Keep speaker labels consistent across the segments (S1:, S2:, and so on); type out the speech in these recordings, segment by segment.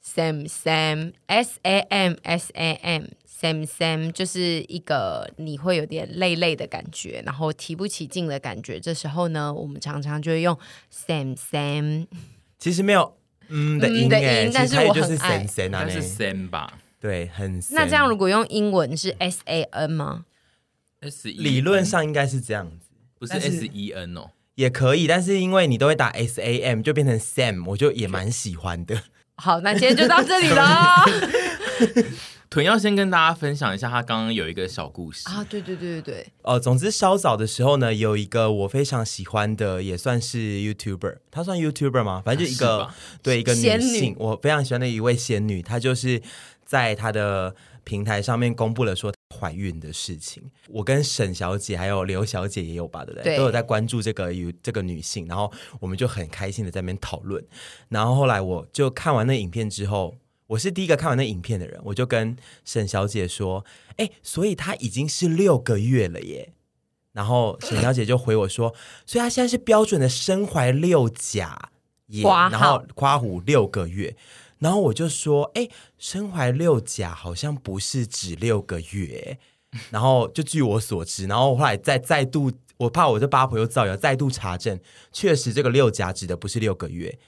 S1: Sam Sam S A M S A M Sam Sam 就是一个你会有点累累的感觉，然后提不起劲的感觉。这时候呢，我们常常就会用 Sam Sam
S2: 其实没有嗯的
S1: 嗯
S2: 音
S1: 的
S2: 哎、
S1: 音
S2: 其
S1: 但
S2: 实
S1: 是
S2: 它也
S1: 我
S2: 就
S1: 很
S2: 是
S1: 爱
S2: 神神啊
S3: 但
S2: 呢
S3: 是，Sam 吧
S2: 对，很神。
S1: 那这样如果用英文是 S A N 吗？
S3: ，S
S2: 理论上应该是这样子。
S3: 不是
S2: 但 E 是
S3: S E N 哦，
S2: 也可以，但是因为你都会打 S A M，就变成 Sam，我就也蛮喜欢的。
S1: 好，那今天就到这里 了啊！
S3: 屯要先跟大家分享一下，他刚刚有一个小故事，
S1: 啊对对对对对，
S2: 呃，总之稍早的时候呢，有一个我非常喜欢的，也算是 YouTuber，她算 YouTuber 吗？反正就一
S3: 是
S2: 个
S3: 吧
S2: 对一个女
S1: 仙女
S2: 性，我非常喜欢的一位仙女，她就是在她的平台上面公布了说她怀孕的事情。我跟沈小姐还有刘小姐也有吧，对不对？
S1: 对
S2: 都有在关注这个有这个女性，然后我们就很开心的在那边讨论。然后后来我就看完那影片之后。我是第一个看完那影片的人，我就跟沈小姐说：“哎、所以她已经是六个月了耶。”然后沈小姐就回我说：“所以她现在是标准的身怀六甲耶，
S1: 括号
S2: 然后夸虎六个月。”然后我就说：“哎，身怀六甲好像不是指六个月。”然后就据我所知，然后后来再再度，我怕我这八婆又造谣，再度查证，确实这个六甲指的不是六个月。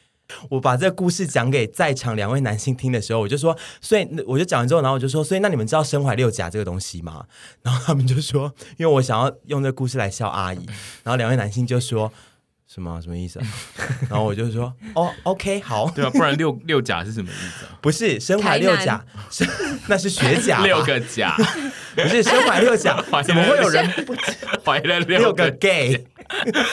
S2: 我把这个故事讲给在场两位男性听的时候，我就说，所以我就讲完之后，然后我就说，所以那你们知道身怀六甲这个东西吗？ 然后他们就说，因为我想要用这个故事来笑阿 姨，然后两位男性就说什么什么意思、啊？ 然后我就说，哦，OK，好，
S3: 对啊，不然六 六甲是什么意思啊？
S2: 不是身怀六甲，是 那是学甲吧，
S3: 六个甲，
S2: 不是身怀六 甲
S3: 怀，了
S2: 怎么会有人不
S3: 怀了
S2: 六
S3: 六
S2: 个
S3: 个
S2: gay，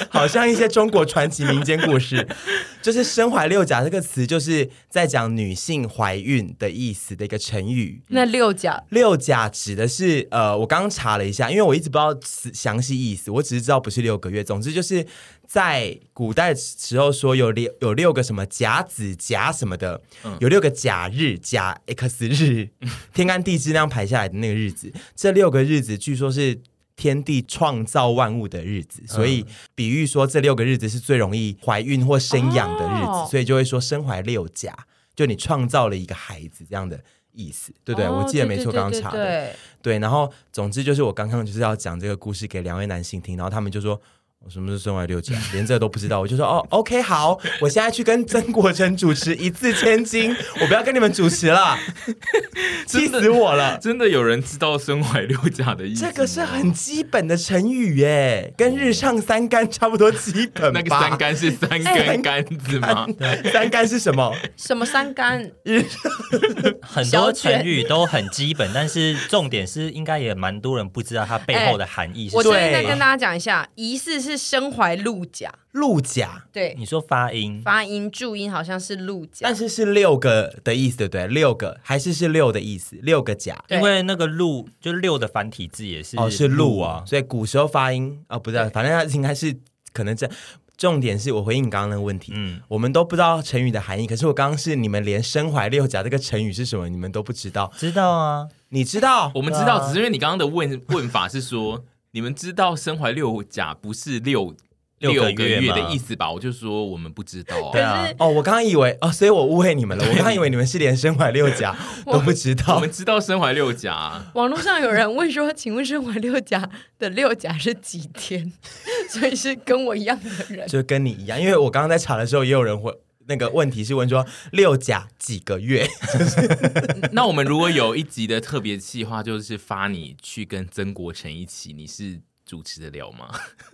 S2: 好 像一些中国传奇民间故事。 就是“身怀六甲”这个词，就是在讲女性怀孕的意思的一个成语。
S1: 那六甲
S2: 六甲指的是呃，我刚刚查了一下，因为我一直不知道词详细意思，我只是知道不是六个月。总之就是在古代时候说有六有六个什么甲子甲什么的，有六个甲日甲 X 日，天干地支那样排下来的那个日子，这六个日子据说是。天地创造万物的日子，所以比喻说这六个日子是最容易怀孕或生养的日子，
S1: 哦
S2: 所以就会说身怀六甲，就你创造了一个孩子这样的意思，对不对？
S1: 哦
S2: 我记得没错，
S1: 对对
S2: 刚刚查的。
S1: 对对
S2: 对，然后总之就是我刚刚就是要讲这个故事给两位男性听，然后他们就说。我什么是身怀六甲？连这都不知道，我就说哦，OK，好，我现在去跟曾国成主持一字千金，我不要跟你们主持了，气死我了！
S3: 真的有人知道身怀六甲的意思吗？
S2: 这个是很基本的成语耶，跟日上三竿差不多基本吧。
S3: 那个三杆是三根杆子吗？
S2: 竿，三竿是什么？
S1: 什么三杆？
S2: 嗯
S4: 很
S1: 小
S4: 多
S1: 卷
S4: 成语都很基本，但是重点是应该也蛮多人不知道它背后的含义
S1: 哎
S4: 是
S1: 我
S4: 什
S1: 这
S4: 么。
S1: 边再
S2: 对
S1: 跟大家讲一下，疑似是身怀鹿甲，
S2: 鹿甲，
S1: 对，
S4: 你说发音，
S1: 发音注音好像是鹿甲
S2: 但，是是六个的意思，对不对？六个还是是六的意思？六个甲。
S1: 对
S4: 因为那个鹿就六的繁体字也是
S2: 哦，是鹿啊，，所以古时候发音啊、不是啊，反正它应该是可能这。重点是我回应你刚刚那个问题，嗯
S4: 嗯，
S2: 我们都不知道成语的含义，可是我刚刚是你们连“身怀六甲”这个成语是什么，你们都不知道，
S4: 知道啊？
S2: 你知道？
S3: 我们知道，只是因为你刚刚的问问法是说，你们知道身怀六甲不是六
S4: 六个
S3: 个
S4: 月吗
S3: 的意思吧？我就说我们不知道啊
S1: 可
S4: 对啊
S1: 是
S2: 哦，我刚刚以为哦，所以我误会你们了，我刚刚以为你们是连“身怀六 甲”都不知
S3: 我
S2: 道
S3: 们，知道身怀六甲啊，
S1: 网络上有人问说，请问身怀六甲的六甲是几天？ 所以是跟我一样的 人，
S2: 就跟你一样，因为我刚刚在查的时候，也有人会那个问题是问说“六甲几个月
S3: 那我们如果有一集的特别计划，就是发你去跟曾国成一起，你是主持得了吗？”，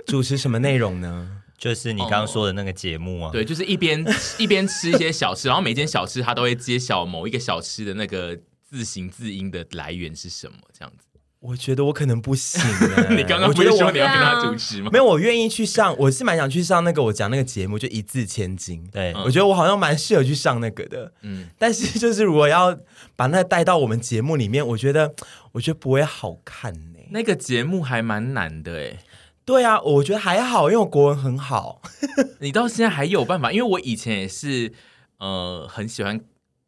S2: 主持什么内容呢？
S4: 就是你刚刚说的那个节目
S2: 哦
S4: 啊。
S3: 对，就是一边 一边吃一些小吃，然后每间小吃他都会揭晓某一个小吃的那个字形字音的来源是什么，这样子。我
S2: 我觉得我可能不行、 欸，
S3: 你刚刚
S2: 我
S3: 不
S2: 觉
S3: 是
S2: 得我
S3: 说你要跟他
S1: 对啊
S3: 主持吗？
S2: 没有，我愿意去上，我是蛮想去上那个我讲那个节目，就一字千金。
S4: 对
S2: 我觉得我好像蛮适合去上那个的，
S3: 嗯，
S2: 但是就是如果要把那个带到我们节目里面，我觉得我觉得不会好看呢、
S3: 那个节目还蛮难的哎。
S2: 对啊，我觉得还好，因为我国文很好。
S3: 你到现在还有办法？因为我以前也是，呃，很喜欢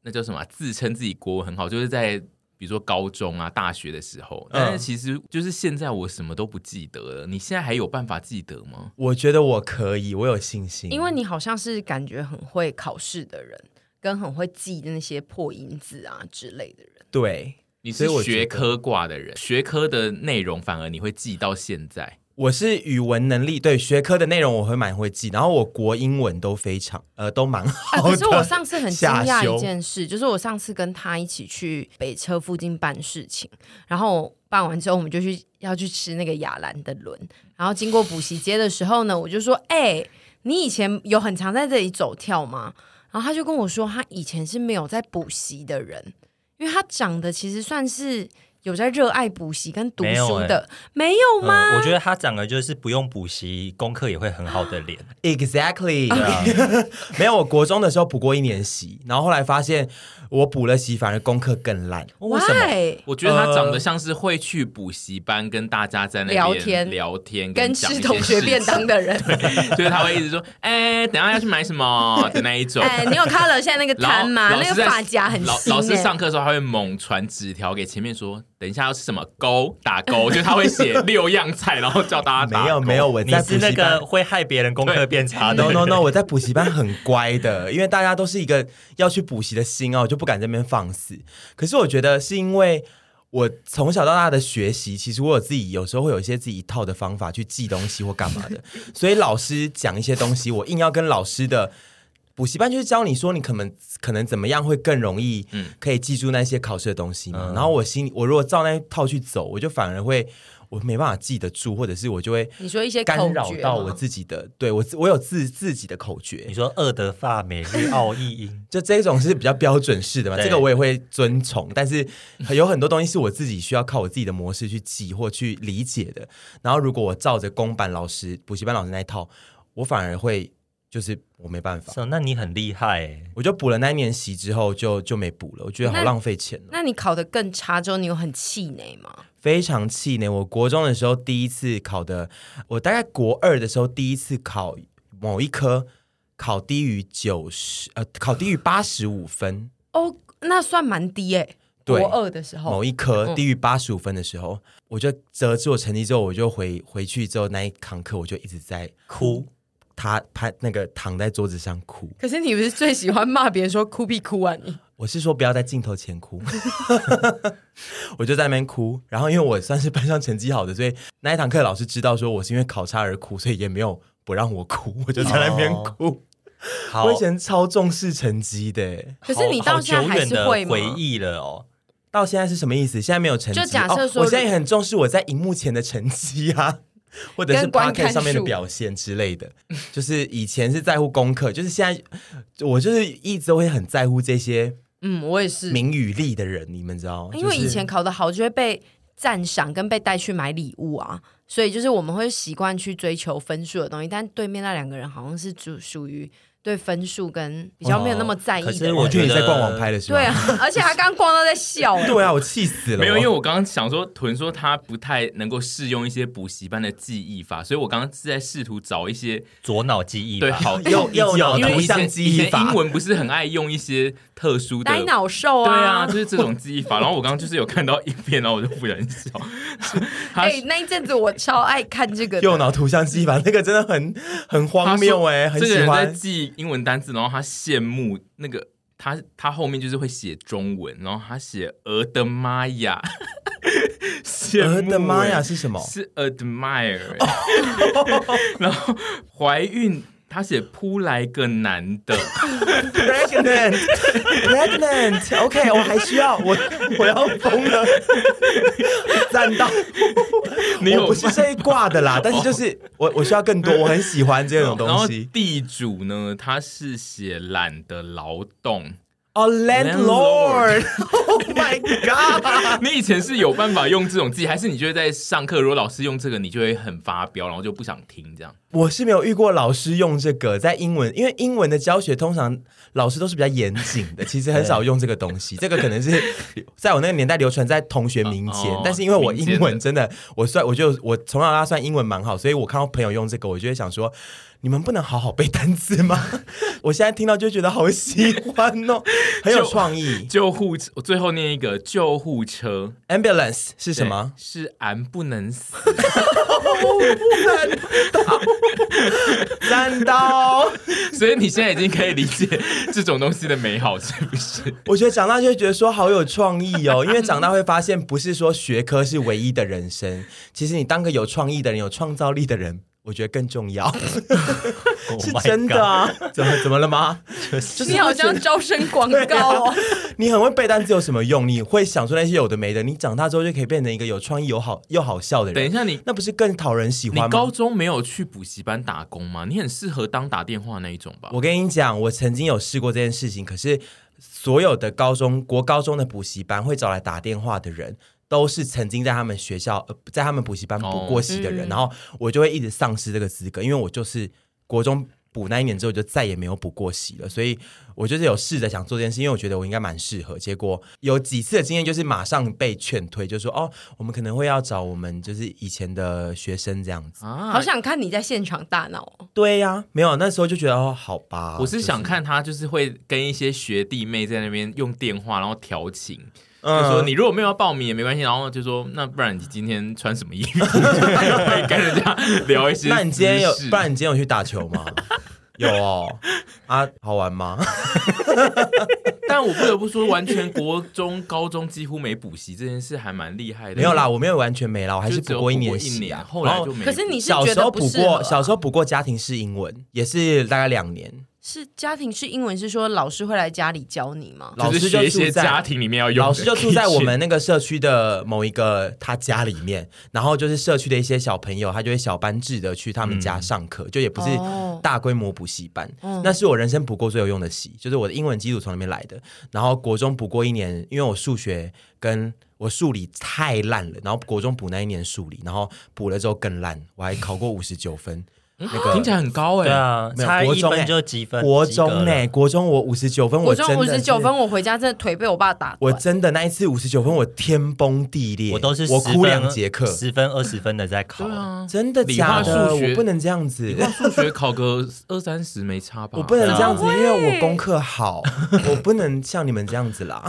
S3: 那叫什么啊，自称自己国文很好，就是在比如说高中啊、大学的时候。但
S2: 嗯
S3: 是其实就是现在我什么都不记得了。你现在还有办法记得吗？
S2: 我觉得我可以，我有信心。
S1: 因为你好像是感觉很会考试的人，跟很会记那些破音字啊之类的人。
S2: 对，
S3: 你
S2: 所
S3: 是
S2: 以我觉得
S3: 学科挂的人，学科的内容反而你会记到现在。
S2: 我是语文能力对学科的内容我会蛮会记，然后我国英文都非常呃都蛮
S1: 啊！
S2: 好的。
S1: 可是我上次很惊
S2: 下
S1: 讶
S2: 修
S1: 一件事， 就是我上次跟他一起去北车附近办事情，然后办完之后我们就去要去吃那个雅兰的轮，然后经过补习街的时候呢，我就说：“哎、你以前有很常在这里走跳吗？”然后他就跟我说，他以前是没有在补习的人，因为他长得其实算是有在热爱补习跟读
S4: 没有
S1: 书
S4: 欸
S1: 的，没有吗？
S4: 嗯，我觉得他长得就是不用补习，功课也会很好的脸。
S2: Exactly，、没啊有。我国中的时候补过一年习，然后后来发现我补了习反而功课更烂。
S4: 为什么？
S1: Why？
S3: 我觉得他
S2: 呃
S3: 长得像是会去补习班跟大家在那边
S1: 聊天
S3: 聊天
S1: 跟
S3: 讲一
S1: 吃
S3: 些
S1: 同学
S3: 事情
S1: 便当，的人，
S3: 就是他会一直说：“哎、等一下要去买什么的那一种。
S1: 哎，你有看了现在那个
S3: 然后
S1: 摊吗？
S3: 老
S1: 那
S3: 师
S1: 个
S3: 在
S1: 发夹很
S3: 老
S1: 新
S3: 老师
S1: 欸
S3: 上课的时候，他会猛传纸条给前面说，等一下要吃什么勾打勾，就他会写六样菜，然后叫大家打
S2: 没有
S3: 勾
S2: 没有，我
S4: 你
S2: 在补
S4: 是那
S2: 习班
S4: 个。会害别人功课变差的
S2: No
S4: 人。
S2: no no！我在补习班很乖的，因为大家都是一个要去补习的心啊，我就不敢在那边放肆。可是我觉得是因为我从小到大的学习，其实我有自己有时候会有一些自己一套的方法去记东西或干嘛的，所以老师讲一些东西，我硬要跟老师的。补习班就是教你说你可能可能怎么样会更容易，可以记住那些考试的东西嘛。然后我心里我如果照那套去走，我就反而会我没办法记得住，或者是我就会
S1: 你说一些口
S2: 干扰
S1: 诀
S2: 到
S1: 吗
S2: 我自己的，对我自我有自自己的口诀
S4: 你，说厄德法美日奥意 英
S2: 就这种是比较标准式的嘛，
S4: 对
S2: 这个我也会遵从，但是有很多东西是我自己需要靠我自己的模式去记或去理解的。然后如果我照着公版老师、补习班老师那一套，我反而会就是我没办法，
S4: ，so, 那你很厉害欸
S2: 我就补了那一年习之后就就没补了，我觉得好
S1: 那
S2: 浪费钱哦，
S1: 那你考得更差之后，你有很气馁吗？
S2: 非常气馁。我国中的时候第一次考的，我大概国二的时候第一次考某一科。考低于九十，呃，考低于八十五分，
S1: 哦，那算蛮低诶、
S2: 对
S1: 国二的时候
S2: 某，一科
S1: 嗯
S2: 低于八十五分的时候，我就折住我成绩之后，我就回回去之后那一堂课，我就一直在
S4: 哭。
S2: 他拍那个躺在桌子上哭。
S1: 可是你不是最喜欢骂别人说哭屁哭啊你？
S2: 我是说不要在镜头前哭， 我就在那边哭。然后因为我算是班上成绩好的，所以那一堂课老师知道说我是因为考差而哭，所以也没有不让我哭， 我就在那边
S4: 哦
S2: 哭。
S4: 好
S2: 我以，前超重视成绩的，
S1: 可是你
S4: 好
S1: 到现在
S4: 久
S1: 还
S4: 远
S1: 是
S4: 的
S1: 会吗？
S4: 回忆了哦。
S2: 到现在是什么意思？现在没有成绩，
S1: 就假设说
S2: 哦、我现在也很重视我在荧幕前的成绩啊， 或者是
S1: 跟观看
S2: podcast 上面的
S1: 数
S2: 表现之类的。就是以前是在乎功课，就是现在我就是一直都会很在乎这些
S1: 嗯，我也是，
S2: 名与利的人，你们知道？
S1: 因为
S2: 就是
S1: 以前考得好就会被赞赏跟被带去买礼物啊，所以就是我们会习惯去追求分数的东西，但对面那两个人好像是属属于对分数跟比较没有那么在意的
S4: 可是
S1: 人。
S4: 我
S2: 我觉得你
S4: 觉得
S2: 在逛网拍的是吧？
S1: 对啊，而且他刚逛到在笑、欸，
S2: 对啊，我气死了。
S3: 没有，因为我刚刚想说，屯说他不太能够适用一些补习班的记忆法，所以我刚刚是在试图找一些
S4: 左脑记忆
S3: 对
S4: 吧，
S3: 好
S2: 右右脑
S3: 因为
S2: 图
S3: 以前
S2: 像
S3: 以
S2: 记忆
S3: 前
S2: 法
S3: 英文不是很爱用一些特殊的
S1: 呆脑兽
S3: 对
S1: 啊
S3: 啊，就，是这种记忆法。然后我刚刚就是有看到一篇，然后我就不忍笑。 他
S1: 哎、那一阵子我超爱看这个的，
S2: 右脑图像记忆法那个真的很很荒谬哎、
S3: 他
S2: 很
S3: 说这
S2: 喜
S3: 个人在
S2: 欢。
S3: 记英文单字，然后他羡慕那个他他后面就是会写中文，然后他写俄的妈呀，羡慕
S2: 我呃的妈呀，
S3: 欸
S2: 是什么？
S3: 是 admire，欸 然后怀孕他写扑来个男的，
S2: pregnant pregnant OK，我还需要我我要疯了，赞到
S3: 你
S2: 我
S3: 有
S2: 不是这一挂的 啦，但是就是我我需要更多，我很喜欢这种
S3: 然后
S2: 东西
S3: 地主呢，他是写懒得劳动。
S2: 哦、
S3: landlord
S2: landlord，Oh Oh my god，
S3: 你以前是有办法用这种记忆，还是你觉得在上课，如果老师用这个，你就会很发飙，然后就不想听这样？
S2: 我是没有遇过老师用这个在英文，因为英文的教学通常老师都是比较严谨的，其实很少用这个东 西，这个可能是在我那个年代流传在同学民间，
S3: 哦
S2: 但是因为我
S3: 民间
S2: 英
S3: 的
S2: 文真的，我算我就我从小到大算英文蛮好，所以我看到朋友用这个，我就会想说，你们不能好好背单词 吗？我现在听到就觉得好喜欢哦，很有
S3: 就
S2: 创意。
S3: 救护车，我最后后念一个救护车
S2: ambulance 是什么？
S3: 对是俺不能死，
S2: 三刀。
S3: 所以你现在已经可以理解这种东西的美好，是不 是？
S2: 我觉得长大就会觉得说好有创意哦，因为长大会发现不是说学科是唯一的人生，其实你当个有创意的人、有创造力的人，我觉得更重 要， 是真的啊？怎么怎么了吗？
S1: 你好像招生广告 哦，
S2: 你很会背单词有什么用？你会想出那些有的没的，你长大之后就可以变成一个有创意、有好又好笑的人。
S3: 等一下你，
S2: 那不是更讨人喜
S3: 你
S2: 欢
S3: 高
S2: 吗？
S3: 中没有去补习班打工吗？你很适合当打电话那一种吧？
S2: 我跟你讲，我曾经有试过这件事情，可是所有的高中国高中的补习班会找来打电话的人。都是曾经在他们学校，呃、在他们补习班补
S3: 哦
S2: 过习的人，
S1: 嗯
S2: 然后我就会一直丧失这个资格，因为我就是国中补那一年之后就再也没有补过习了，所以我就是有试着想做这件事，因为我觉得我应该蛮适合。结果有几次的经验就是马上被劝退，就说哦，我们可能会要找我们就是以前的学生这样子。
S3: 啊
S1: 好想看你在现场大闹哦。
S2: 对呀、没有，那时候就觉得哦，好吧，
S3: 我是想
S2: 就
S3: 看他就是会跟一些学弟妹在那边用电话，然后调情，
S2: 嗯
S3: 就说你如果没有要报名也没关系，然后就说那不然你今天穿什么 衣服， 会跟人家聊一些。
S2: 那你今天有，不然你今天有去打球吗？有哦，啊，好玩吗？
S3: 但我不得不说，完全国中、高中几乎没补习这件事还蛮厉害的。
S2: 没有啦，，我没有完全没啦，我还
S3: 就是只有
S2: 补
S3: 补
S2: 过
S3: 一
S2: 一年习啊。
S3: 后来
S2: 然
S3: 就没补。
S1: 可是你是
S2: 小
S1: 觉
S2: 时
S1: 得
S2: 候
S1: 不
S2: 补
S1: 适合
S2: 过，
S1: 啊
S2: 小时候补过家庭式英文，也是大概两年。
S1: 是家庭式英文是说老师会来家里教你吗？
S2: 老
S3: 就是
S2: 师
S3: 学一
S2: 住
S3: 些
S2: 在
S3: 家庭里
S4: 啊
S3: 面要用的，啊
S2: 老师就住在 我们那个社区的某一个他家里面，然后就是社区的一些小朋友，他就会小班制的去他们家上课，就也不是
S1: 哦
S2: 大规模补习班。
S1: 嗯
S2: 那是我人生补过最有用的习，就是我的英文基础从那边来的。然后国中补过一年，因为我数学跟我数理太烂了，然后国中补那一年数理，然后补了之后更烂，我还考过五十九分。那个
S3: 听起来很高哎、
S4: 对啊，
S2: 没有
S4: 差
S2: 国
S4: 一
S2: 中欸
S4: 分就积分，
S2: 国
S4: 及
S2: 中哎
S4: 格
S2: 呢、
S4: 了
S2: 国中我五十九分，
S1: 我
S2: 我真
S1: 中
S2: 的
S1: 五十九
S2: 是
S1: 分，我回家真的腿被我爸打
S2: 我
S1: 断。
S2: 真的那一次五十九分，我天崩地裂，
S4: 我都是
S2: 我
S4: 10
S2: 哭
S4: 分
S2: 两节课，
S4: 十分二十分的在考
S3: 对，啊，
S2: 真的
S3: 理
S2: 假
S3: 化
S2: 的？
S3: 数学
S2: 我不能这样子，
S3: 数学考个二三十没差吧？
S2: 我不能这样子，因为我
S1: 喂
S2: 功课好，我不能像你们这样子啦。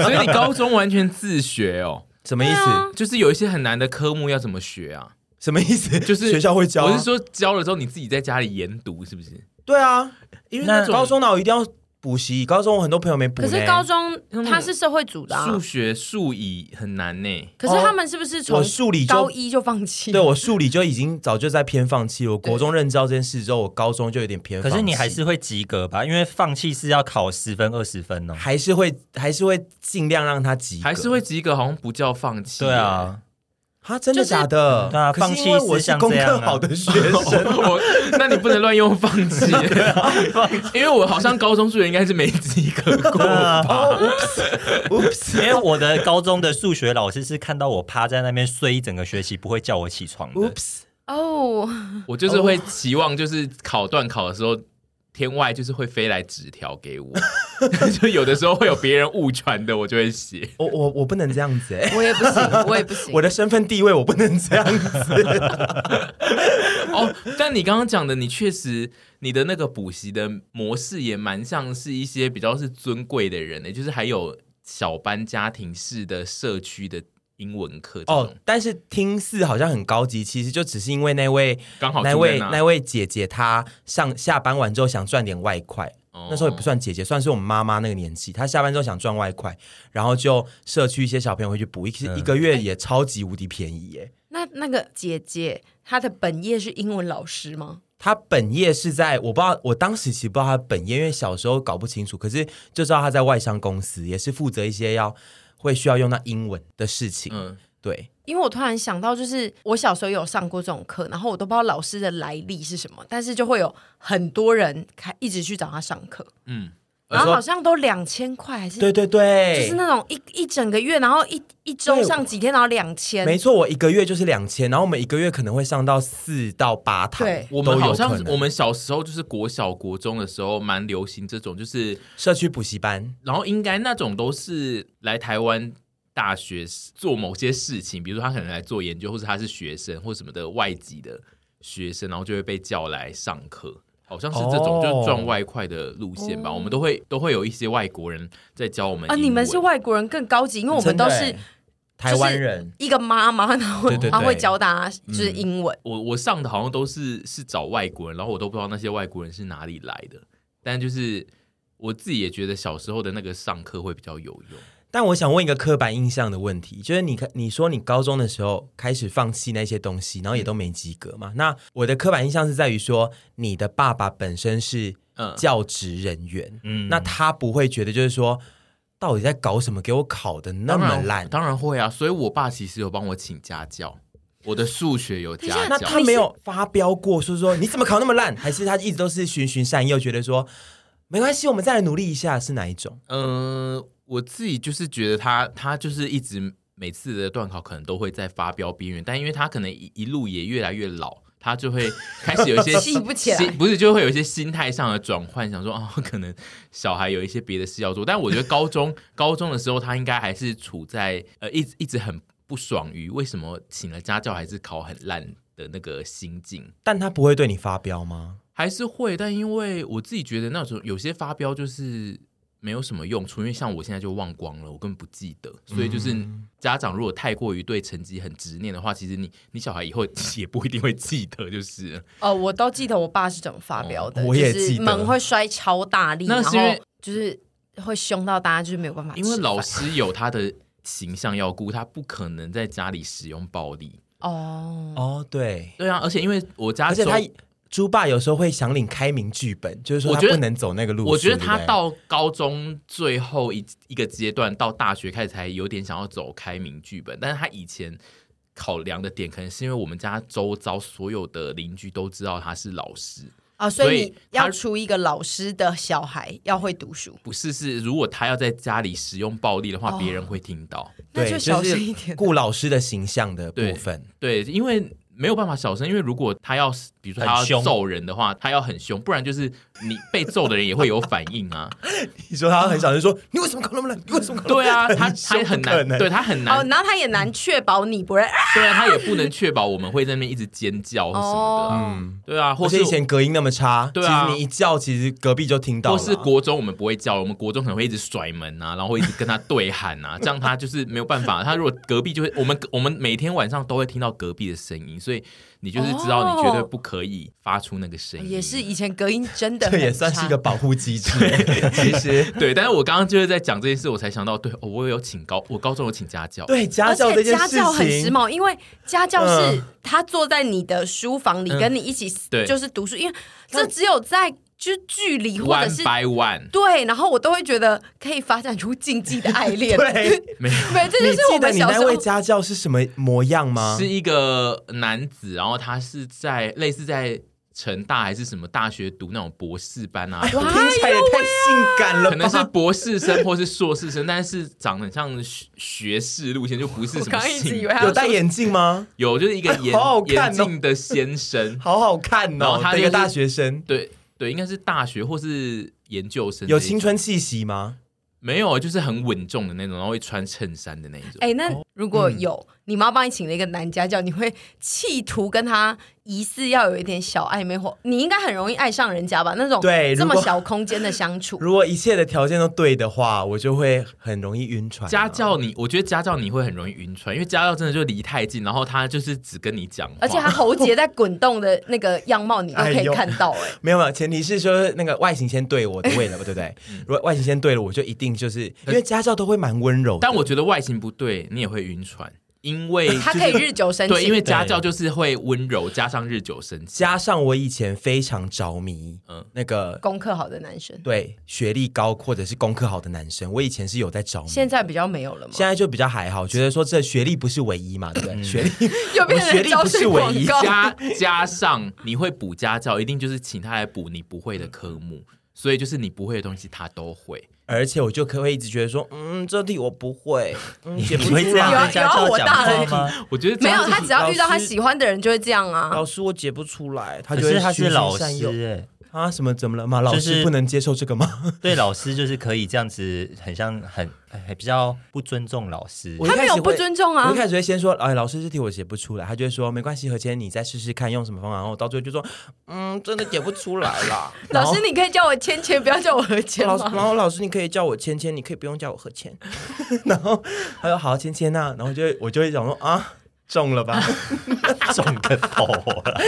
S3: 所以你高中完全自学哦，
S2: 什么意
S1: 啊
S2: 思？
S3: 就是有一些很难的科目要怎么学啊？
S2: 什么意思？
S3: 就是
S2: 学校会教啊。
S3: 我是说教了之后你自己在家里研读是不是？
S2: 对啊，因为
S3: 那
S2: 那种高中呢，我一定要补习。高中我很多朋友没补
S1: 可
S2: 呢，
S1: 是高中
S3: 嗯
S1: 他是社会组的、啊，
S3: 数学数以很难呢、
S1: 可是他们是不是从
S2: 哦我数理就
S1: 高一就放弃？
S2: 对我数理就已经早就在偏放弃了。我国中认知到这件事之后，我高中就有点偏
S4: 可
S2: 放弃。
S4: 是你还是会及格吧？因为放弃是要考十分二十分哦。
S2: 还是会还是会尽量让他及格，
S3: 还是会及格，好像不叫放弃。
S4: 对，啊，
S2: 啊？真的
S1: 就是
S2: 假的？
S4: 对啊
S2: 可是
S4: 放弃
S2: 因为我
S4: 是
S2: 是
S4: 像
S2: 功
S4: 这样
S2: 课
S4: 啊
S2: 好的学 生，
S3: 我那你不能乱用放 弃，因为我好像高中数学应该是没及格 过。
S4: 啊
S2: 哦 Oops，
S4: 因为我的高中的数学老师是看到我趴在那边睡一整个学期，不会叫我起床的。
S2: Oops，
S1: 哦，
S3: 我就是会期望，就是考段考的时候，天外就是会飞来纸条给我， 就有的时候会有别人误传的，我就会写。
S2: 我我我不能这样子哎、
S1: 我也不行，我也不行。
S2: 我的身份地位我不能这样子。
S3: 哦，但你刚刚讲的，你确实你的那个补习的模式也蛮像是一些比较是尊贵的人的、欸就是还有小班家庭式的社区的英文课这
S2: 哦
S3: 种，，
S2: 但是听似好像很高级，其实就只是因为那位
S3: 刚好啊
S2: 那
S3: 住在
S2: 位
S3: 那
S2: 那位姐姐她上下班完之后想赚点外快。
S3: 哦
S2: 那时候也不算姐姐，算是我们妈妈那个年纪。她下班之后想赚外快，然后就社区一些小朋友会去补，一
S3: 嗯
S2: 一个月也超级无敌便宜欸耶。
S1: 那那个姐姐，她的本业是英文老师吗？
S2: 他本业是在我不知道，我当时其实不知道他本业，因为小时候搞不清楚，可是就知道他在外商公司，也是负责一些要会需要用到英文的事情。
S3: 嗯，
S2: 对，
S1: 因为我突然想到，就是我小时候有上过这种课，然后我都不知道老师的来历是什么，但是就会有很多人开一直去找她上课，
S3: 嗯，
S1: 然后
S2: 说
S1: 好像都两千块还是
S2: 对对
S1: 就
S2: 对，
S1: 是那种一一整个月，然后一一周
S2: 对
S1: 上几天，然后两千，
S2: 没错，我一个月就是两千，然后我们一个月可能会上到四到八堂
S1: 对，
S3: 我
S2: 都
S3: 们好
S2: 有
S3: 像
S2: 可
S3: 是
S2: 能。
S3: 我们小时候就是国小国中的时候蛮流行这种，就是
S2: 社区补习班，
S3: 然后应该那种都是来台湾大学做某些事情，比如说他可能来做研究，或者他是学生或什么的外籍的学生，然后就会被叫来上课。好像是这种、
S2: 哦
S3: 就是赚外快的路线吧。
S1: 哦
S3: 我们都会都会有一些外国人在教我们
S1: 啊，
S3: 英
S1: 你
S3: 文
S1: 们是外国人更高级，因为我们
S2: 真的
S1: 都
S2: 欸
S1: 是
S2: 台湾人，
S1: 一个妈妈，然后
S2: 对对对嗯
S1: 她会教大家就是英文。
S3: 我我上的好像都是是找外国人，然后我都不知道那些外国人是哪里来的，但就是我自己也觉得小时候的那个上课会比较有用。
S2: 但我想问一个刻板印象的问题，就是你看你说你高中的时候开始放弃那些东西，然后也都没及格嘛？那我的刻板印象是在于说，你的爸爸本身是
S3: 嗯
S2: 教职人员，
S4: 嗯
S2: 那他不会觉得就是说，到底在搞什么，给我考的那
S3: 当
S2: 么
S3: 然
S2: 烂？
S3: 当然会啊，所以我爸其实有帮我请家教，我的数学有
S1: 等一
S3: 家
S1: 下
S2: 那
S3: 教
S2: 他。没有发飙过，说说你怎么考那么烂？还是他一直都是循循善诱，觉得说没关系，我们再来努力一下，是哪一种？
S3: 嗯、我自己就是觉得他他就是一直每次的段考可能都会在发飙边缘，但因为他可能一一路也越来越老。他就会开始有一些
S1: 记不起来
S3: 心不是就会有一些心态上的转换，想说哦，可能小孩有一些别的事要做。但我觉得高中高中的时候，他应该还是处在呃一直一直很不爽于为什么请了家教还是考很烂的那个心境。
S2: 但他不会对你发飙吗？
S3: 还是会，但因为我自己觉得那种有些发飙就是没有什么用处，因为像我现在就忘光了，我根本不记得，所以就是
S2: 嗯
S3: 家长如果太过于对成绩很执念的话，其实你你小孩 以后也不一定会记得，就是了
S1: 哦，我都记得我爸是怎么发飙的，
S2: 哦我也
S1: 就
S2: 记
S1: 是
S2: 得
S1: 门会摔超大力，
S3: 那
S1: 然
S3: 是
S1: 后
S3: 因为
S1: 就是会凶到大家就是没有办法吃
S3: 因
S1: 饭，
S2: 啊
S3: 为老师有他的形象要顾，他不可能在家里使用暴力。
S1: 哦，
S2: 哦，对，
S3: 对啊，而且因为我家
S2: 而且
S3: 收
S2: 他猪爸有时候会想领开明剧本，就是说
S3: 我
S2: 他
S3: 觉得
S2: 不能走那个路数。
S3: 我觉得
S2: 对不
S3: 他
S2: 对
S3: 到高中最后一一个阶段，到大学开始才有点想要走开明剧本，但是他以前考量的点，可能是因为我们家周遭所有的邻居都知道他是老师，
S1: 啊，所
S3: 所
S1: 以
S3: 以
S1: 你要
S3: 他
S1: 出一个老师的小孩要会读书，
S3: 不是是如果他要在家里使用暴力的
S2: 哦
S3: 话，别人会听到。
S1: 那
S2: 对，
S1: 就小心一点。
S2: 顾老师的形象的部
S3: 对
S2: 分，
S3: 对，因为没有办法小声，因为如果他要比如说他
S4: 很
S3: 要
S4: 凶
S3: 揍人的话，他要很凶，不然就是你被揍的人也会有反应 啊。
S2: 你说他很小声说：“你为什么考那么烂？你为什么考那么
S3: 对啊，他
S2: 凶
S3: 他很
S2: 不可
S3: 难，
S2: 能
S3: 对他 很难
S1: 哦，然后他也难确保你不会啊
S3: 对啊，他也不能确保我们会在那边一直尖叫或什么的啊、
S2: 嗯
S1: 哦，
S3: 对啊，或
S2: 而
S3: 是
S2: 且以前隔音那么差，
S3: 对啊
S2: 其实你一叫，其实隔壁就听到
S3: 或
S2: 了。啊
S3: 是国中我们不会叫，我们国中可能会一直甩门啊，然后会一直跟他对喊啊，这样他就是没有办法。他如果隔壁就会，我们我们每天晚上都会听到隔壁的声音，所以你就是知道你绝对不可以发出那个声音。
S1: 哦也是 以前隔音真的
S2: 这
S1: 很
S2: 也算是一
S1: 差
S2: 个保护机制。
S3: 其实 对，但是我刚刚就是在讲这件事，我才想到，对、哦我有请高，我高中有请家教，
S2: 对家
S1: 而
S2: 教这
S1: 且
S2: 件
S1: 家
S2: 事
S1: 教很时
S2: 情，
S1: 髦，因为家教是
S2: 嗯
S1: 他坐在你的书房里跟你一起，
S3: 对
S1: 就是读书，因为这只有在就是距离或者
S3: ，one
S1: 是
S3: by one，
S1: 对，然后我都会觉得可以发展出竞技的 爱 恋。
S2: 对，
S3: 没有。
S1: 没，这就
S2: 你
S1: 是我
S2: 记得
S1: 们
S2: 你
S1: 小
S2: 那
S1: 时候
S2: 位家教是什么模样吗
S3: 是？一个男子，然后他是在类似在成大还是什么大学读那种博士班
S1: 哎
S3: 啊，
S2: 听起来也太性感了
S3: 可能是
S2: 吧？
S3: 博士生或是硕士生，但是长得很像学学士路线，就不 是
S1: 我
S3: 什么
S1: 刚刚一直以
S3: 性
S1: 为他
S2: 有戴眼镜吗？
S3: 有就是 一个眼、
S2: 好好看
S3: 眼
S2: 哦
S3: 镜的先生，
S2: 好好看
S3: 然
S2: 哦
S3: 后，他
S2: 的一
S3: 就
S2: 个
S3: 是
S2: 大学生，
S3: 对对，应该是大学或是研究生这一种，
S2: 有青春气息吗？
S3: 没有，就是很稳重的那种，然后会穿衬衫的那一种。
S1: 哎、那
S2: 哦
S1: 如果
S2: 嗯
S1: 有、你妈帮你请了一个男家教，你会企图跟他疑似要有一点小暧昧，或你应该很容易爱上人家吧？那种
S2: 对
S1: 这么
S2: 如果
S1: 小空间的相 处，
S2: 如果一切的条件都对的话，我就会很容易晕船啊。
S3: 家教你，我觉得家教你会很容易晕船，因为家教真的就离太近，然后他就是只跟你讲话，
S1: 而且他喉结在滚动的那个样貌，你都可
S2: 哎
S1: 以
S2: 呦
S1: 看 到、哎、
S2: 没有没有，前提是说那个外形先对我的味了，对不 对？如果外形先对了，我就一定就是
S3: 呃
S2: 因为家教都会蛮温柔的，
S3: 但我觉得外形不对，你也会晕船，因为、就是、
S1: 他可以日久生情，
S3: 对，因为家教就是会温柔，加上日久生情。
S2: 加上我以前非常着迷，
S3: 嗯
S2: 嗯，那个
S1: 功课好的男生，
S2: 对学历高或者是功课好的男生，我以前是有在着迷。
S1: 现在比较没有了嘛，
S2: 现在就比较还好，觉得说这学历不是唯一嘛，对不对？学历
S1: 又变
S2: 我学
S1: 成
S2: 历
S1: 招
S2: 不是
S1: 生
S2: 唯
S1: 广
S2: 一
S1: 告。
S3: 加加上你会补家教，一定就是请他来补你不会的科目，所以就是你不会的东西他都会。
S2: 而且我就可会一直觉得说，嗯，这题我不 会，嗯，写不
S4: 你会
S2: 出
S4: 这样
S2: 来，
S4: 跟家教讲话
S1: 有啊
S4: 吗？
S3: 我觉得这
S1: 没
S3: 样
S1: 有，
S3: 子
S1: 他只要遇到他喜欢的人就会这样啊。
S2: 老师我解不出来，他
S4: 可
S2: 就会
S4: 是他
S2: 循
S4: 是
S2: 循
S4: 老
S2: 善诱
S4: 师哎，
S2: 啊，什么怎么了吗？老
S4: 就是
S2: 师不能接受这 个吗？
S4: 对老师就是可以这样子，很像很很比较不尊重老师。
S2: 我一
S1: 他
S2: 开
S1: 没
S2: 始
S1: 有不
S2: 会
S1: 尊重
S2: 我
S1: 啊
S2: 一，开始会先说，哎，老师这题我写不出来，他就会说没关系，何谦你再试试看用什么方法，然后我到最后就说，嗯，真的写不出来 啦。然
S1: 老
S2: 后
S1: 师你可以叫我芊芊，不要叫我何芊
S2: 老
S1: 吗
S2: 师，？然后老师，你可以叫我芊芊，你可以不用叫我何芊。 然后他说好，芊芊呐，然后就会我就会想说啊，中了吧？
S4: 中个头了，
S2: 啊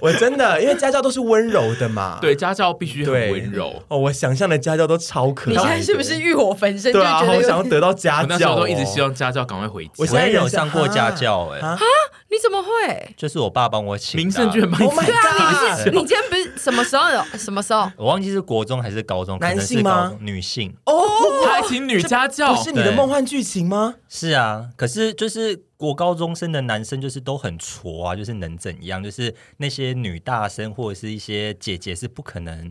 S2: 我真的，因为家教都是温柔的嘛。
S3: 对家教必须很
S2: 对
S3: 温柔。
S2: 哦，我想象的家教都超可爱。
S1: 你现在是不是？欲火焚身？就
S2: 对
S1: 会
S2: 啊，
S1: 觉
S2: 好
S1: 得
S2: 想要
S1: 有
S2: 得到家
S3: 我那时
S2: 教、
S3: 候
S2: 哦，
S3: 都一直希望家教赶快回
S2: 我
S3: 家
S2: 现，
S4: 我
S2: 在
S4: 也
S2: 人
S4: 有
S2: 生
S4: 上过家教哎、
S2: 啊
S1: 你怎么会？
S2: 哎
S4: 就是我爸帮我请的啊
S3: 民政居然帮 你
S2: Oh my
S3: 请
S2: god！
S1: 你今天不是什么时候有？什么时
S2: 啊
S1: 候？
S4: 我忘记是国中还是高中，
S2: 男
S4: 可能是
S2: 性吗
S4: 高中女性
S2: 哦，
S3: 他还请女家教
S2: 不，是你的梦幻剧情吗？
S4: 是啊，可是就是国高中生的男生就是都很挫啊，就是能怎样？就是那些女大生或者是一些姐姐是不可能，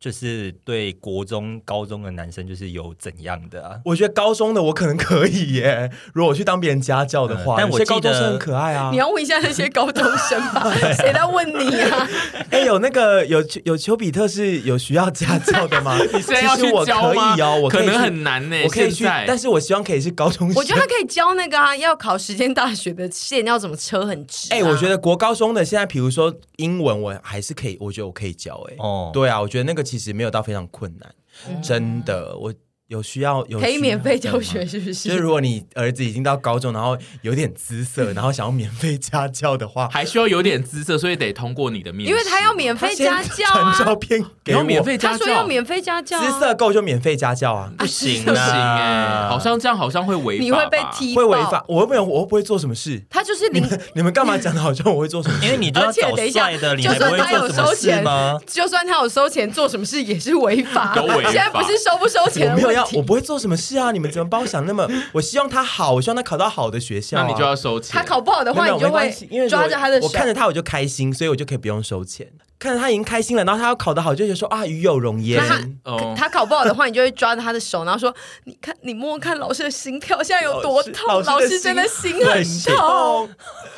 S4: 就是对国中、高中的男生就是有怎样的啊。
S2: 我觉得高中的我可能可以耶，如果我去当别人家教的
S3: 呃
S2: 话，
S4: 嗯但我
S2: 有些高中
S4: 记得
S2: 生很可爱啊
S1: 你。要问一下那些高中生 吧，谁在问你啊？
S2: 哎，有那个有有丘比特是有需要家教的吗？
S3: 你现在要
S2: 其
S3: 去
S2: 实我
S3: 教
S2: 可
S3: 吗？
S2: 以哦，我可
S3: 可
S2: 以去
S3: 能很难呢。
S2: 我可以去，
S3: 现在
S2: 但是我希望可以是高中生。
S1: 我觉得他可以教那个啊，要考实践大学的线要怎么车很直、啊。
S2: 哎、我觉得国高中的现在，比如说英文，我还是可以，我觉得我可以教、哎、
S4: 哦，
S2: 对啊，我觉得那个其实没有到非常困难，
S3: 嗯
S2: 真的，我有需要有
S1: 可以
S2: 需
S1: 免
S2: 要
S1: 费
S2: 的
S1: 教
S2: 吗
S1: 学，是不是？
S2: 就是如果你儿子已经到高中，然后有点姿色，然后想要免费家教的话，
S3: 还需要有点姿色，所以得通过你的面试。
S1: 因为他要免
S2: 他
S1: 费
S2: 先
S1: 家教
S2: 传照
S1: 啊，
S2: 片给
S3: 然
S2: 我，
S3: 后免费家
S1: 他
S3: 教，
S1: 说要免费家教、
S2: 姿
S1: 啊，
S2: 色够啊就免费家教啊，
S4: 不行
S3: 不行哎、
S4: 啊，
S3: 好像这样好像会违法吧，
S1: 你会被踢
S2: 会
S1: 爆
S2: 违法，。我又没有，我又不会做什么事。
S1: 他就是零，
S2: 你们干嘛讲的好像我会做什么事？
S4: 因为你都要
S1: 而且
S4: 找
S1: 等一下
S4: 帅的，你
S1: 就
S4: 还不
S1: 算
S4: 会
S1: 他有
S4: 做什么
S1: 收
S4: 事
S1: 钱
S4: 吗？
S1: 就算他有收钱，做什么事也是违法。
S3: 都违法
S1: 现在不是收不收钱
S2: 我
S1: 的
S2: 没有
S1: 问
S2: 要，我
S1: 题，
S2: 不会做什么事啊！你们怎么把我想那么？我希望他好，我希望他考到好的学校、
S3: 那
S2: 啊。
S3: 你就要收钱。
S1: 他考不好的
S2: 没
S1: 话，
S2: 有没有
S1: 你就
S2: 没
S1: 会
S2: 关系因为我
S1: 抓着他的手
S2: 我。看着他我就开心，所以我就可以不用收钱。看着他已经开心了，然后他要考得好，就觉得说啊，与有荣焉
S1: 那。他
S3: 哦，
S1: 他考不好的话，你就会抓着他的手，然后说：“你看，你摸摸看老师的心跳现在有多痛，老
S2: 老
S1: 师
S2: 师
S1: 真
S2: 的
S1: 的心很痛。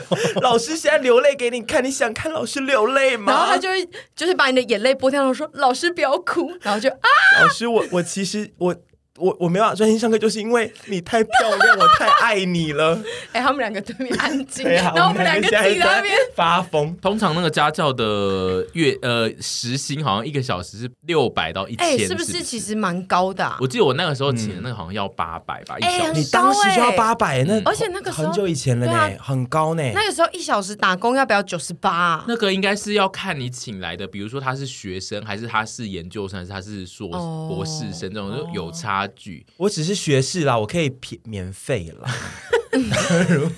S2: 痛， 老师现在流泪给你看，你想看老师流泪”吗？
S1: 然后他就会就是把你的眼泪拨掉，然后说：“老师不要哭。”然后就啊，
S2: 老师，我我其实我我我没办法专心上课，就是因为你太漂亮，我太爱 你了。
S1: 哎，他们两个对面安静，
S2: 对啊，
S1: 然后我们两个
S2: 现在
S1: 自己在那边
S2: 在发疯。
S3: 通常那个家教的月呃时薪好像一个小时是六百到一千、
S1: 哎，
S3: 是
S1: 是不是其实蛮高的啊？
S3: 我记得我那个时候请的那个好像要八百吧，一
S1: 哎
S3: 小
S1: 很
S2: 嗯你
S3: 时。
S2: 当时就要八百，那
S1: 而且那个时候
S2: 很久以前了
S1: 对
S2: 呢，很高呢。
S1: 那个时候一小时打工要不要九十八？啊
S3: 那个应该是要看你请来的，比如说他是学生，还是他是研究生，还是他是硕士、
S1: 哦
S3: 博士生，这种就有差距。
S2: 我只是学士啦，我可以免免费啦。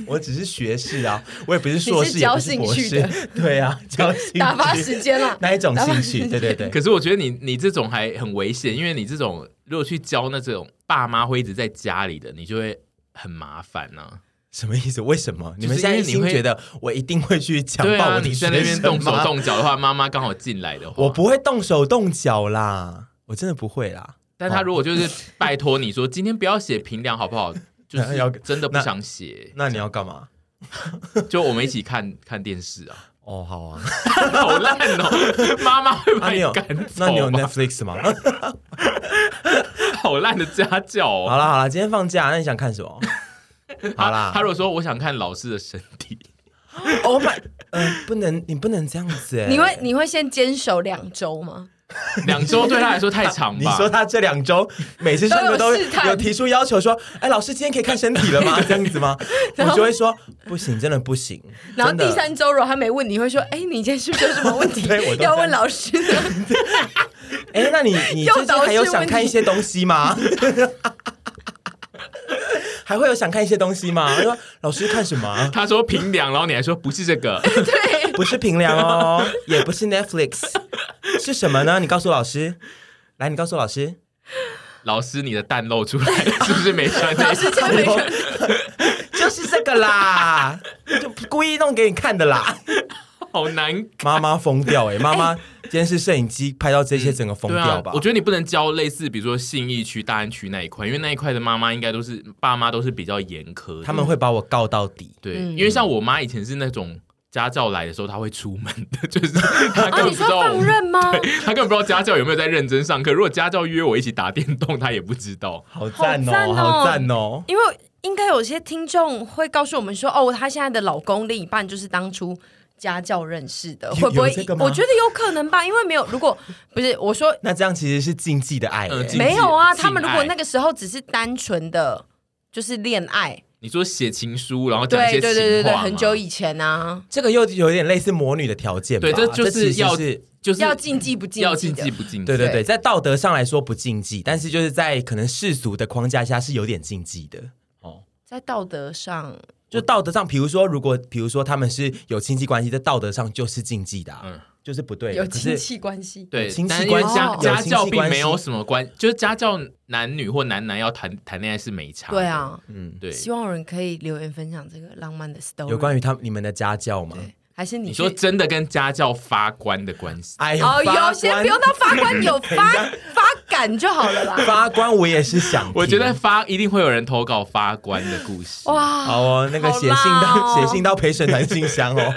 S2: 我只是学士啊，我也不是硕
S1: 你
S2: 士，
S1: 是教
S2: 也不是博
S1: 兴趣的
S2: 士， 对啊，教兴趣。
S1: 打发时间啊啦
S2: 那一种
S1: 打发
S2: 兴
S1: 时
S2: 趣，
S1: 间
S2: 对对对。
S3: 可是我觉得你你这种还很危险，因为你这种如果去教那种爸妈会一直在家里的，你就会很麻烦呢、啊
S2: 什么意思？为什么？你
S3: 就是
S2: 们现在
S3: 因为
S2: 一
S3: 你
S2: 心
S3: 会
S2: 觉得我一定会去强
S3: 对
S2: 暴
S3: 啊，
S2: 我
S3: 你
S2: 的
S3: 在那
S2: 学
S3: 边
S2: 生
S3: 动手
S2: 吗？
S3: 动脚的话，妈妈刚好进来的话，
S2: 我，不会动手动脚啦，我真的不会啦。
S3: 但他如果就是拜托你说今天不要写评量好不 好？就
S2: 要
S3: 是真的不想写，
S2: 那你要干嘛？
S3: 就我们一起看 看电视啊，
S2: 哦，好啊。
S3: 好烂哦！ 妈妈会把
S2: 那你
S3: 你
S2: 有
S3: 赶走啊
S2: 那啊你有
S3: 吧
S2: Netflix 吗？
S3: 好烂的家教
S2: 好
S3: 哦。
S2: 啦好啦，今天放假，那你想看什么？好啦
S3: 他他如果说我想看老师的身体，
S2: ，Oh my，嗯，不能，你不能这样子哎。
S1: 你会你会先坚守两周吗？
S3: 两周对他来说太长
S2: 你
S3: 吧？
S2: 说他这两 周每次上课
S1: 都
S2: 都
S1: 有试探
S2: 有提出要求说，哎，老师今天可以看身体了 吗？这样子吗？我
S1: 然后
S2: 就会说不行，真的不行。
S1: 然后
S2: 真的
S1: 第，三周如果他没问，你会说：“哎，你今天是不是有什么问 题
S2: 对我都这样
S1: 要问老师呢
S2: 哎，那你你
S1: 诱
S2: 最近
S1: 导
S2: 还有
S1: 式
S2: 想
S1: 问
S2: 看一
S1: 题
S2: 些东 西吗？还会有想看一些东西吗？他说老师看什么啊？
S3: 他说评量，然后你还说不是这个，？”
S1: 对，
S2: 不是平 凉哦，也不是 Netflix，是什么呢？你告诉老师，来，你告诉老师。
S3: 老师你的蛋露出来 了，是不是没穿内
S1: 老师
S3: 裤？
S1: 今天没
S2: 哎呦就是这个啦，就故意弄给你看的啦。
S3: 好难
S2: 妈妈疯掉哎、 妈妈今天是摄影机拍到这些，整个疯
S3: 对
S2: 掉吧？
S3: 啊。我觉得你不能教类似，比如说信义区、大安区那一块，因为那一块的妈妈应该都是爸妈都是比较严苛的，
S2: 他们会把我告到底。
S3: 对，
S1: 嗯
S3: 因为像我妈以前是那种家教来的时候他会出门 的， 就是他根
S1: 啊，
S3: 本
S1: 你
S3: 不知
S1: 说
S3: 道我
S1: 放
S3: 们，
S1: 任吗？
S3: 他根本不知道家教有没有在认真上课。如果家教约我一起打电动，他也不知道。
S2: 好赞
S1: 好赞
S2: 哦，
S1: 哦
S2: 好赞哦！
S1: 因为应该有些听众会告诉我们说，哦，她现在的老公另一半就是当初家教认识的，
S2: 有
S1: 会不会
S2: 有这个？吗
S1: 我觉得有可能吧，因为没有，如果不是我说
S2: 那这样其实是禁忌的爱耶，欸
S3: 呃禁忌
S1: 没有啊，
S3: 性
S1: 他们如果
S3: 爱
S1: 那个时候只是单纯的就是恋爱，
S3: 你说写情书，然后讲一
S1: 对
S3: 些
S1: 对对对
S3: 情
S1: 对，
S3: 话吗，
S1: 很久以前啊，
S2: 这个又有点类似魔女的条件吧，
S3: 对，这就
S2: 啊其
S3: 是
S2: 实
S3: 要
S2: 是
S3: 就是
S1: 要禁忌不禁
S3: 要
S1: 忌
S3: 禁
S1: 的
S3: 忌。不禁忌，
S2: 对对对，
S1: 对
S2: 在道德上来说不禁忌，但是就是在可能世俗的框架下是有点禁忌的。
S3: 哦
S1: 在道德上，
S2: 就道德上，比如说，如果比如说他们是有亲戚关系，在道德上就是禁忌的、啊，
S3: 嗯
S2: 就是不对的。
S1: 有
S2: 可
S1: 亲
S2: 是
S1: 戚关系，
S3: 对，
S2: 亲戚
S3: 但是因
S2: 关
S3: 为
S1: 系
S3: 家
S1: 有
S3: 家
S2: 亲
S3: 教
S2: 戚
S3: 并
S2: 关
S3: 没有
S2: 系
S3: 什么关，就是家教男女或男男要谈谈恋爱是没差。
S1: 对，啊，
S2: 嗯，
S3: 对。
S1: 希望有人可以留言分享这个浪漫的 story。
S2: 有关于他们你们的家教吗？
S1: 对，还是
S3: 你
S1: 你
S3: 说
S1: 去
S3: 真的跟家教发关的 关系，
S2: 哎呀，
S1: 哦，有
S2: 些
S1: 先不用到发 官，有发发感就好了啦。
S2: 发官，我也是想听，
S3: 我觉得发一定会有人投稿发关的故事。哇，
S1: 哇，
S2: 好哦，那个
S1: 好
S2: 写信到、
S1: 辣哦
S2: 写信到陪审团信箱哦。